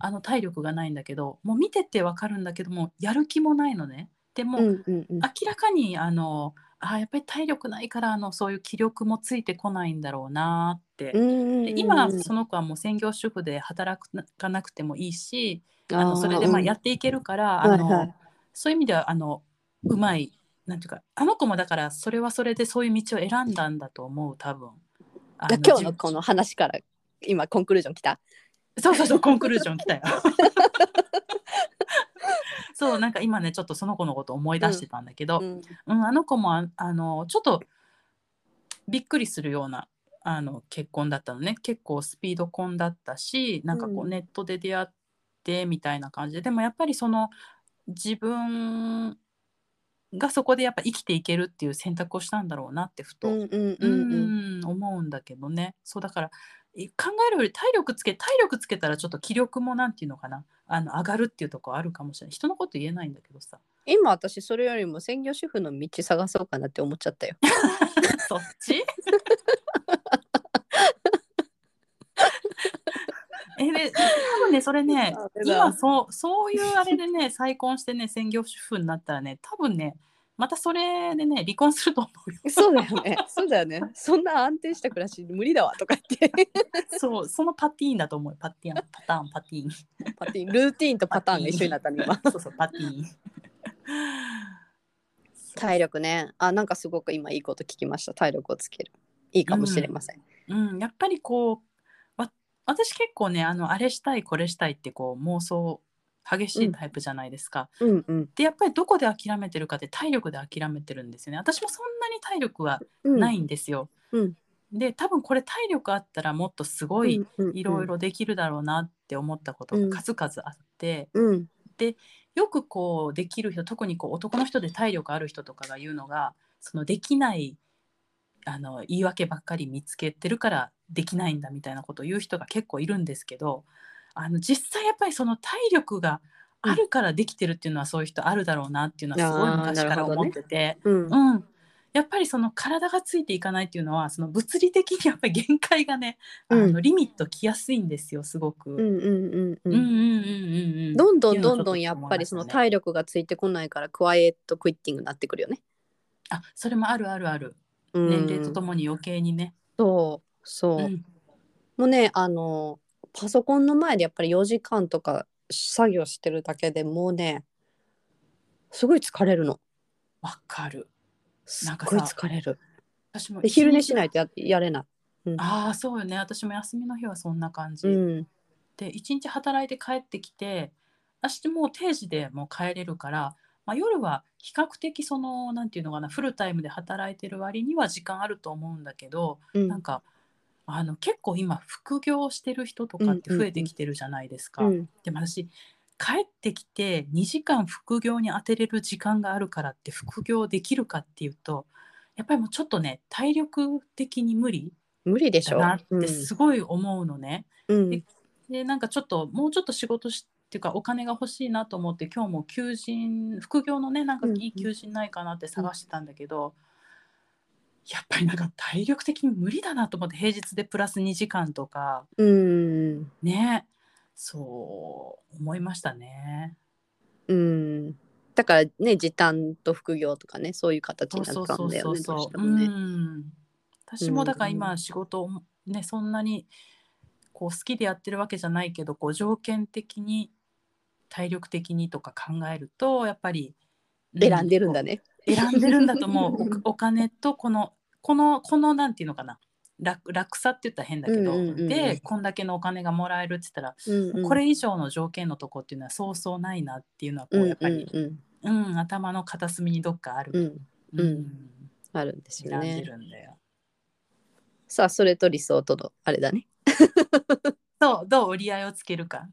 Speaker 1: あの体力がないんだけどもう見ててわかるんだけどもやる気もないのね。でも、
Speaker 2: うんうんうん
Speaker 1: 明らかにあのあやっぱり体力ないからあのそういう気力もついてこないんだろうなって。
Speaker 2: うんうんう
Speaker 1: で
Speaker 2: ん
Speaker 1: 今その子はもう専業主婦で働かなくてもいいし、あ
Speaker 2: あ
Speaker 1: の
Speaker 2: ー
Speaker 1: それでまあ
Speaker 2: うん
Speaker 1: やっていけるから、
Speaker 2: はい
Speaker 1: あの
Speaker 2: はい
Speaker 1: そういう意味ではあのうまいなんていうかあの子もだからそれはそれでそういう道を選んだんだと思う多分。あ
Speaker 2: が今日の
Speaker 1: じ
Speaker 2: この話から今コンクルージョンきた。
Speaker 1: そうそうそうコンクルージョン来たよ。 そうなんか今ねちょっとその子のこと思い出してたんだけど、
Speaker 2: うん
Speaker 1: うん、あの子もああのちょっとびっくりするようなあの結婚だったのね結構スピード婚だったしなんかこ
Speaker 2: う
Speaker 1: うんネットで出会ってみたいな感じで、でもやっぱりその自分がそこでやっぱ生きていけるっていう選択をしたんだろうなってふと、
Speaker 2: う
Speaker 1: うん
Speaker 2: んうん
Speaker 1: う
Speaker 2: うんうん。
Speaker 1: ん思うんだけどねそうだからい考えるより体力つけ体力つけたらちょっと気力もなんていうのかなあの上がるっていうところあるかもしれない人のこと言えないんだけどさ。
Speaker 2: 今私それよりも専業主婦の道探そうかなって思っちゃったよ。
Speaker 1: そっ ちえで多分ねそれね
Speaker 2: ダメだ
Speaker 1: 今そうそういうあれでね再婚してね専業主婦になったらね多分ねまたそれでね離婚すると思うよ
Speaker 2: そうだよね。そうだよね。そんな安定した暮らし無理だわとか 言って。
Speaker 1: そうそのパティーンだと思うパティーンパターンパティーン
Speaker 2: パティンルーティーンとパターンが一緒になったね今。
Speaker 1: そうそうパティーン
Speaker 2: 体力ね。あなんかすごく今いいこと聞きました。体力をつける。いいかもしれません。
Speaker 1: うん、やっぱりこうわ私結構ねあのあれしたいこれしたいってこう妄想激しいタイプじゃないですか、
Speaker 2: うんうん。
Speaker 1: でやっぱりどこで諦めてるかって体力で諦めてるんですよね私もそんなに体力は
Speaker 2: うん、
Speaker 1: ないんですよ、
Speaker 2: うん
Speaker 1: で多分これ体力あったらもっとすごいいろい。ろできるだろうなって思ったこと
Speaker 2: うん
Speaker 1: が数々あって、
Speaker 2: うん
Speaker 1: よくこうできる人特にこう男の人で体力ある人とかが言うのがそのできないあの言い訳ばっかり見つけてるからできないんだみたいなことを言う人が結構いるんですけどあの実際やっぱりその体力があるからできてるっていうのはそういう人あるだろうなっていうのはすごい
Speaker 2: あー
Speaker 1: 昔
Speaker 2: な
Speaker 1: か
Speaker 2: る
Speaker 1: ら
Speaker 2: ほどね
Speaker 1: 思ってて、
Speaker 2: うん。
Speaker 1: うん、やっぱりその体がついていかないっていうのはその物理的にやっぱり限界がね、あ
Speaker 2: うん
Speaker 1: のリミット来やすいんですよすごく。
Speaker 2: うんうんうん
Speaker 1: う
Speaker 2: うんん。
Speaker 1: うんうんうん
Speaker 2: どんど
Speaker 1: ってい
Speaker 2: ん
Speaker 1: うのをちょと
Speaker 2: どんどんやっぱりその
Speaker 1: 思いましたね
Speaker 2: 体力がついてこないからクワイエットクイッティングになってくるよね。
Speaker 1: あそれもあるあるある
Speaker 2: うん
Speaker 1: 年齢とともに余計にね。
Speaker 2: そうそうう、
Speaker 1: ん
Speaker 2: もうねあのパソコンの前でやっぱり4時間とか作業してるだけでもうねすごい疲れるの
Speaker 1: わ、かる
Speaker 2: す
Speaker 1: なん
Speaker 2: っ
Speaker 1: か
Speaker 2: ごい
Speaker 1: さ
Speaker 2: 疲れる
Speaker 1: 私も
Speaker 2: で昼寝しないいとややれない
Speaker 1: ああそうよね私も休みの日はそんな感じ、
Speaker 2: うん
Speaker 1: で一日働いて帰ってきて私もう定時でもう帰れるから、まあ、夜は比較的そのなんていうのかなフルタイムで働いてる割には時間あると思うんだけど、
Speaker 2: うん
Speaker 1: なんかあの結構今副業してる人とかって増えてきてるじゃないですか。
Speaker 2: うん
Speaker 1: でも私帰ってきて2時間副業に充てれる時間があるからって副業できるかっていうとやっぱりもうちょっとね体力的に無理
Speaker 2: 無理でし
Speaker 1: だ
Speaker 2: ょ
Speaker 1: なっ
Speaker 2: う
Speaker 1: てすごい思うのね。
Speaker 2: んう
Speaker 1: で
Speaker 2: ん
Speaker 1: でなんかちょっともうちょっと仕事しっていうかお金が欲しいなと思って今日も求人副業のねなんか
Speaker 2: うんうん
Speaker 1: いい求人ないかなって探してたんだけど、やっぱりなんか体力的に無理だなと思って平日でプラス2時間とか
Speaker 2: うん
Speaker 1: ねそう思いましたね。
Speaker 2: うんだからね時短と副業とかねそういう形
Speaker 1: そ
Speaker 2: に
Speaker 1: う
Speaker 2: な
Speaker 1: そう
Speaker 2: った
Speaker 1: そ
Speaker 2: ん
Speaker 1: う
Speaker 2: だ
Speaker 1: そ
Speaker 2: よ
Speaker 1: う
Speaker 2: ねどう
Speaker 1: そ
Speaker 2: して
Speaker 1: う。
Speaker 2: もね
Speaker 1: うん私もだから今仕事をねそんなにこう好きでやってるわけじゃないけどこう条件的に体力的にとか考えるとやっぱり、う
Speaker 2: 選んでるんだね
Speaker 1: 選んでるんだと 思うおお金とこのこのこのなんていうのかな楽楽さって言ったら変だけど、
Speaker 2: うんうんうんうん
Speaker 1: でこんだけのお金がもらえるって言ったら、
Speaker 2: うんうん
Speaker 1: これ以上の条件のとこっていうのはそうそうないなっていうのはこうやっぱり、
Speaker 2: うんうん
Speaker 1: うん頭の片隅にどっかあ
Speaker 2: うん
Speaker 1: る、
Speaker 2: うんうんあるんです
Speaker 1: 選
Speaker 2: よ
Speaker 1: んで
Speaker 2: ね
Speaker 1: るんだよ。
Speaker 2: さあそれと理想とのあれだね
Speaker 1: そうどう折り合いをつけるか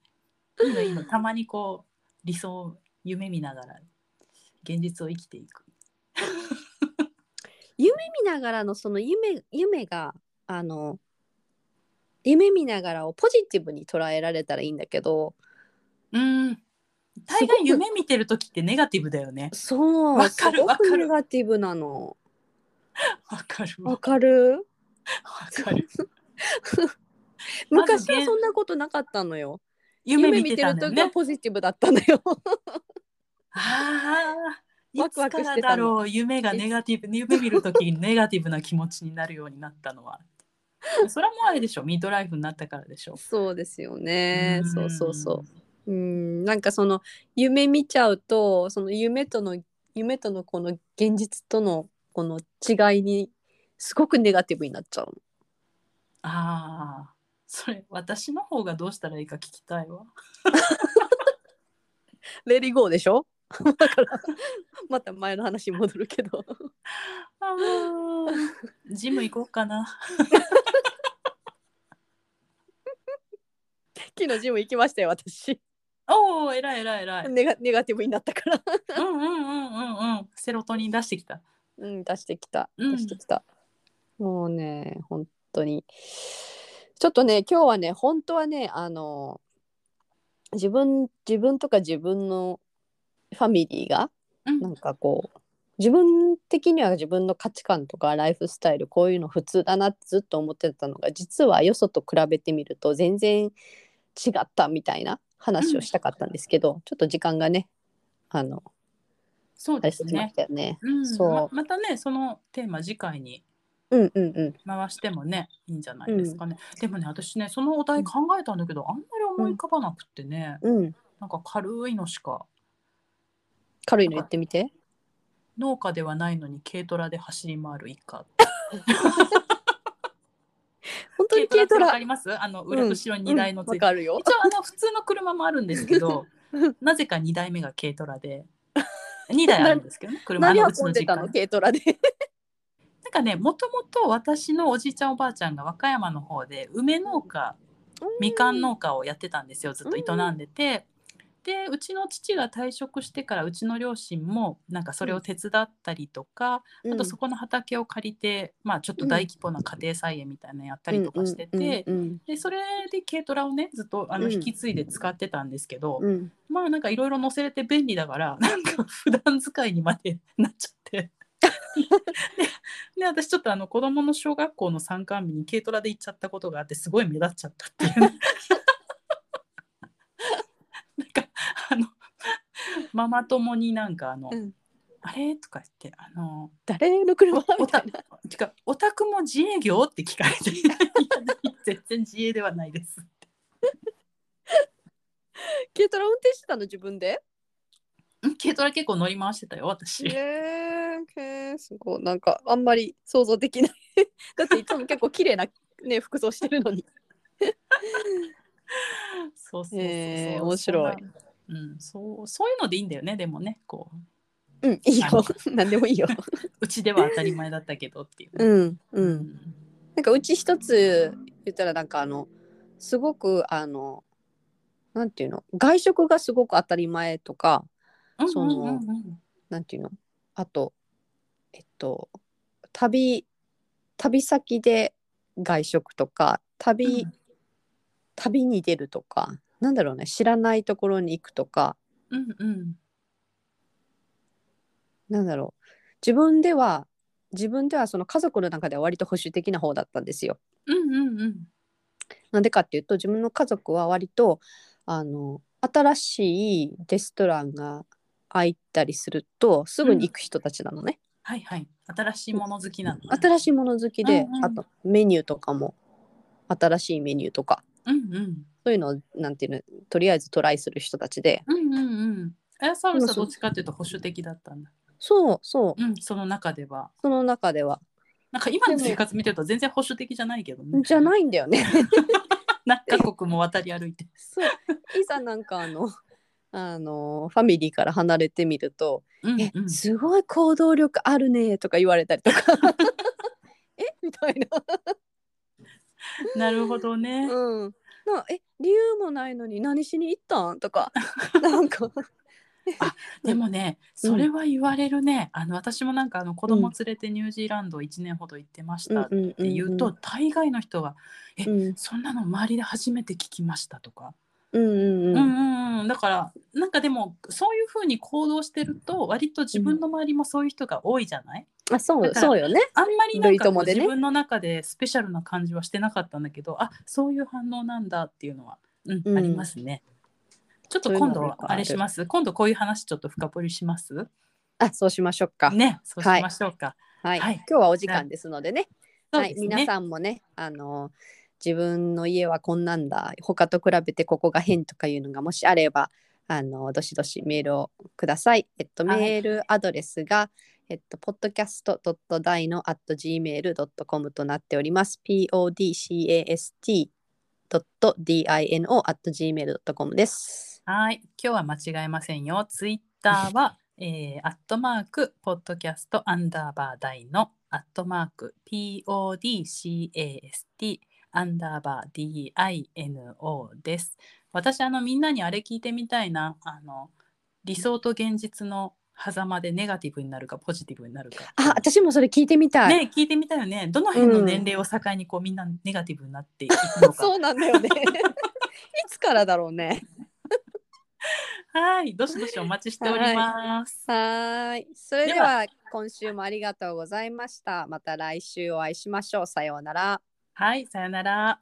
Speaker 1: いいのいいのたまにこう理想を夢見ながら現実を生きていく。
Speaker 2: 夢見ながらのその夢夢があの夢見ながらをポジティブに捉えられたらいいんだけど
Speaker 1: うん大
Speaker 2: すご
Speaker 1: 概
Speaker 2: く
Speaker 1: 夢見てる時ってネガティブだよね。
Speaker 2: そう
Speaker 1: わかる
Speaker 2: すご
Speaker 1: わか
Speaker 2: く
Speaker 1: る
Speaker 2: ネガティブなの
Speaker 1: わかるわ
Speaker 2: わかる
Speaker 1: わかる。 まず
Speaker 2: 昔はそんなことなかったのよ
Speaker 1: 夢
Speaker 2: 夢
Speaker 1: 見
Speaker 2: 見
Speaker 1: て
Speaker 2: て
Speaker 1: た
Speaker 2: る
Speaker 1: んだよ
Speaker 2: 時は
Speaker 1: ね。
Speaker 2: ポジティブだったのよ
Speaker 1: ああ。い
Speaker 2: ワ
Speaker 1: つ
Speaker 2: クワク
Speaker 1: か
Speaker 2: して
Speaker 1: ら
Speaker 2: たの
Speaker 1: だろう夢がネガティブ夢見るときにネガティブな気持ちになるようになったのはそれはもうあれでしょミートライフになったからでしょ
Speaker 2: そうですよね
Speaker 1: ん
Speaker 2: そうそうそううんなんかその夢見ちゃうとその夢との夢とのこの現実とのこの違いにすごくネガティブになっちゃうの
Speaker 1: ああそれ私の方がどうしたらいいか聞きたいわ
Speaker 2: レディーゴーでしょ だからまた前の話に戻るけど
Speaker 1: あージム行こうかな
Speaker 2: 昨日ジム行きましたよ私
Speaker 1: おお偉い偉い偉い
Speaker 2: ネガネガティブになったから
Speaker 1: うんうんうんうんうんセロトニン出してきた
Speaker 2: うん出してきた
Speaker 1: うん
Speaker 2: 出してきた、もうね本当にちょっとね今日はね本当はねあの自分自分とか自分のファミリーが
Speaker 1: うん
Speaker 2: なんかこう自分的には自分の価値観とかライフスタイルこういうの普通だなってずっと思ってたのが実はよそと比べてみると全然違ったみたいな話をしたかったんですけど、ちょっと時間がねあの
Speaker 1: そう
Speaker 2: あれ
Speaker 1: で
Speaker 2: し
Speaker 1: す
Speaker 2: てま
Speaker 1: ね
Speaker 2: したよね。
Speaker 1: うん
Speaker 2: そう
Speaker 1: ままたねそのテーマ次回に
Speaker 2: うんうんうん
Speaker 1: 回してもねいいんじゃないですかね、でもね私ねそのお題考えたんだけど、あんまり思い浮かばなくってね、
Speaker 2: うん、
Speaker 1: なんか軽いのしか
Speaker 2: 軽いの言ってみて。
Speaker 1: 農家ではないのに軽トラで走り回る一家
Speaker 2: 本当に軽
Speaker 1: 軽ト
Speaker 2: ト
Speaker 1: ラってわか
Speaker 2: ラ。
Speaker 1: りますあの裏、
Speaker 2: うん
Speaker 1: 後ろに荷台のつ
Speaker 2: わ
Speaker 1: いてる、
Speaker 2: かるよ。
Speaker 1: 一応あの普通の車もあるんですけ どなぜか2台目が軽トラで2台あるんですけどね車あ
Speaker 2: 何
Speaker 1: のうち
Speaker 2: 運
Speaker 1: の
Speaker 2: んで
Speaker 1: 実
Speaker 2: た
Speaker 1: 家の
Speaker 2: の軽トラで。
Speaker 1: なんかねもともと私のおじいちゃんおばあちゃんが和歌山の方で梅農家 みかん農家をやってたんですよずっと営んでて、でうちの父が退職してからうちの両親もなんかそれを手伝ったりとか、
Speaker 2: うん。
Speaker 1: あとそこの畑を借りて、まあ、ちょっと大規模な家庭菜園みたいなのやったりとかしてて、
Speaker 2: うん
Speaker 1: でそれで軽トラをねずっとあ
Speaker 2: う
Speaker 1: の
Speaker 2: ん
Speaker 1: 引き継いで使ってたんですけど、
Speaker 2: うんうん。
Speaker 1: まあなんかいろいろ載せれて便利だ からなんか普段使いにまでなっちゃって。でで私ちょっとあの子供の小学校の参観日に軽トラで行っちゃったことがあってすごい目立っちゃったって いうね、なんかあのママ友になんかあの「
Speaker 2: うん
Speaker 1: あれ?」とか言って「あの
Speaker 2: 誰の車
Speaker 1: お
Speaker 2: みた
Speaker 1: た
Speaker 2: いな。
Speaker 1: てかお宅も自営業?」って聞かれていや「全然自営ではないです」
Speaker 2: 軽トラ運転してたの自分で。
Speaker 1: うん軽トラ結構乗り回してたよ私。
Speaker 2: ええ、すごいなんかあんまり想像できない。 だっていつも結構綺麗なね服装してるのに。
Speaker 1: そうそうそうそう、
Speaker 2: えー面白い
Speaker 1: そんな。うん、そうそういうのでいいんだよねでもねこう
Speaker 2: うんいいよ
Speaker 1: あ の。
Speaker 2: 何でもいいよ。
Speaker 1: うちでは当たり前だったけどっていう、
Speaker 2: うんう。
Speaker 1: うん
Speaker 2: なんかうち一つ言ったらなんかあのすごくあのなんていうの外食がすごく当たり前とか
Speaker 1: うん
Speaker 2: その
Speaker 1: うんうんうん
Speaker 2: なんていうのあとえっと旅旅先で外食とか旅、
Speaker 1: うん
Speaker 2: 旅に出るとかなんだろうね知らないところに行くとか
Speaker 1: うんうん
Speaker 2: なんだろう自分では自分ではその家族の中では割と保守的な方だったんですよ。
Speaker 1: うんうんうん
Speaker 2: なんでかっていうと自分の家族は割とあの新しいレストランが開いたりするとすぐに行く人たちなのね、
Speaker 1: はいはい新しいもの好きなの
Speaker 2: 新しいもの好きで、
Speaker 1: うんうん
Speaker 2: あとメニューとかも新しいメニューとか
Speaker 1: うんうん
Speaker 2: そういうのをなんていうのとりあえずトライする人たちで
Speaker 1: うんうんうんあやさるさ
Speaker 2: そ
Speaker 1: ど
Speaker 2: うそ
Speaker 1: っ
Speaker 2: う
Speaker 1: ちかっていうと保守的だったんだ
Speaker 2: そうそう
Speaker 1: うんその中では
Speaker 2: その中では
Speaker 1: なんか今の
Speaker 2: でも
Speaker 1: 生活見てると全然保守的じゃないけどね
Speaker 2: じゃ
Speaker 1: い
Speaker 2: ないんだよね
Speaker 1: 何カ国も渡り歩いて
Speaker 2: そういざなんかあのあのファミリーから離れてみると
Speaker 1: う
Speaker 2: 「
Speaker 1: ん
Speaker 2: え
Speaker 1: うん
Speaker 2: すごい行動力あるね」とか言われ たりとか「えみたいな。
Speaker 1: なるほどね
Speaker 2: うん、なえ理由もないのに何しに行ったんとかなんか
Speaker 1: でもねそれは言われるねあの私もなんかあの子供連れてニュージーランド1年ほど行ってましたって
Speaker 2: ん
Speaker 1: 言うと大概の人は
Speaker 2: うん
Speaker 1: そんなの周りで初めて聞きましたとか
Speaker 2: うんうん
Speaker 1: う
Speaker 2: う
Speaker 1: う
Speaker 2: ん
Speaker 1: んんうんだからなんかでもそういうふうに行動してると割と自分の周りもそういう人が多いじゃない
Speaker 2: あそ
Speaker 1: だ
Speaker 2: う
Speaker 1: から
Speaker 2: そうよね
Speaker 1: あんまりなん
Speaker 2: 類
Speaker 1: か
Speaker 2: と
Speaker 1: こ
Speaker 2: も
Speaker 1: う
Speaker 2: でね
Speaker 1: 自分の中でスペシャルな感じはしてなかったんだけどあそういう反応なんだっていうのは、うん
Speaker 2: うん
Speaker 1: ありますね。ちょっと
Speaker 2: そういうの
Speaker 1: 今度
Speaker 2: はよくある
Speaker 1: あれします今度こういう話ちょっと深掘りします
Speaker 2: あそうしましょうか、
Speaker 1: ねそうしましょうか。
Speaker 2: はい、
Speaker 1: はい
Speaker 2: 今日はお時間ですのでね
Speaker 1: そう
Speaker 2: は
Speaker 1: で
Speaker 2: い
Speaker 1: すね
Speaker 2: 皆さんもねあの自分の家はこんなんだ他と比べてここが変とかいうのがもしあればあのどしどしメールをください。えっと、
Speaker 1: はい
Speaker 2: メールアドレスが、えっと、podcast.dino.gmail.com となっております。podcast.dino.gmail.com です。
Speaker 1: はい、今日は間違えませんよ。ツイッターは、 えー、アットマーク、ポッドキャスト、アンダーバー、大の、アットマーク、PODCAST、アンダーバー、DINO です。私、あの、みんなにあれ聞いてみたいな、あの、理想と現実の狭間でネガティブになるか、ポジティブになるか。
Speaker 2: あ、私もそれ聞いてみたい。
Speaker 1: ね、聞いてみたいよね。どの辺の
Speaker 2: うん
Speaker 1: 年齢を境に、こう、みんなネガティブになっていくのか。
Speaker 2: そうなんだよね。いつからだろうね。
Speaker 1: はい、どしどしお待ちしております。
Speaker 2: はーい。それで
Speaker 1: では
Speaker 2: は今週もありがとうございました。また来週お会いしましょう。さようなら。
Speaker 1: はい、さよなら。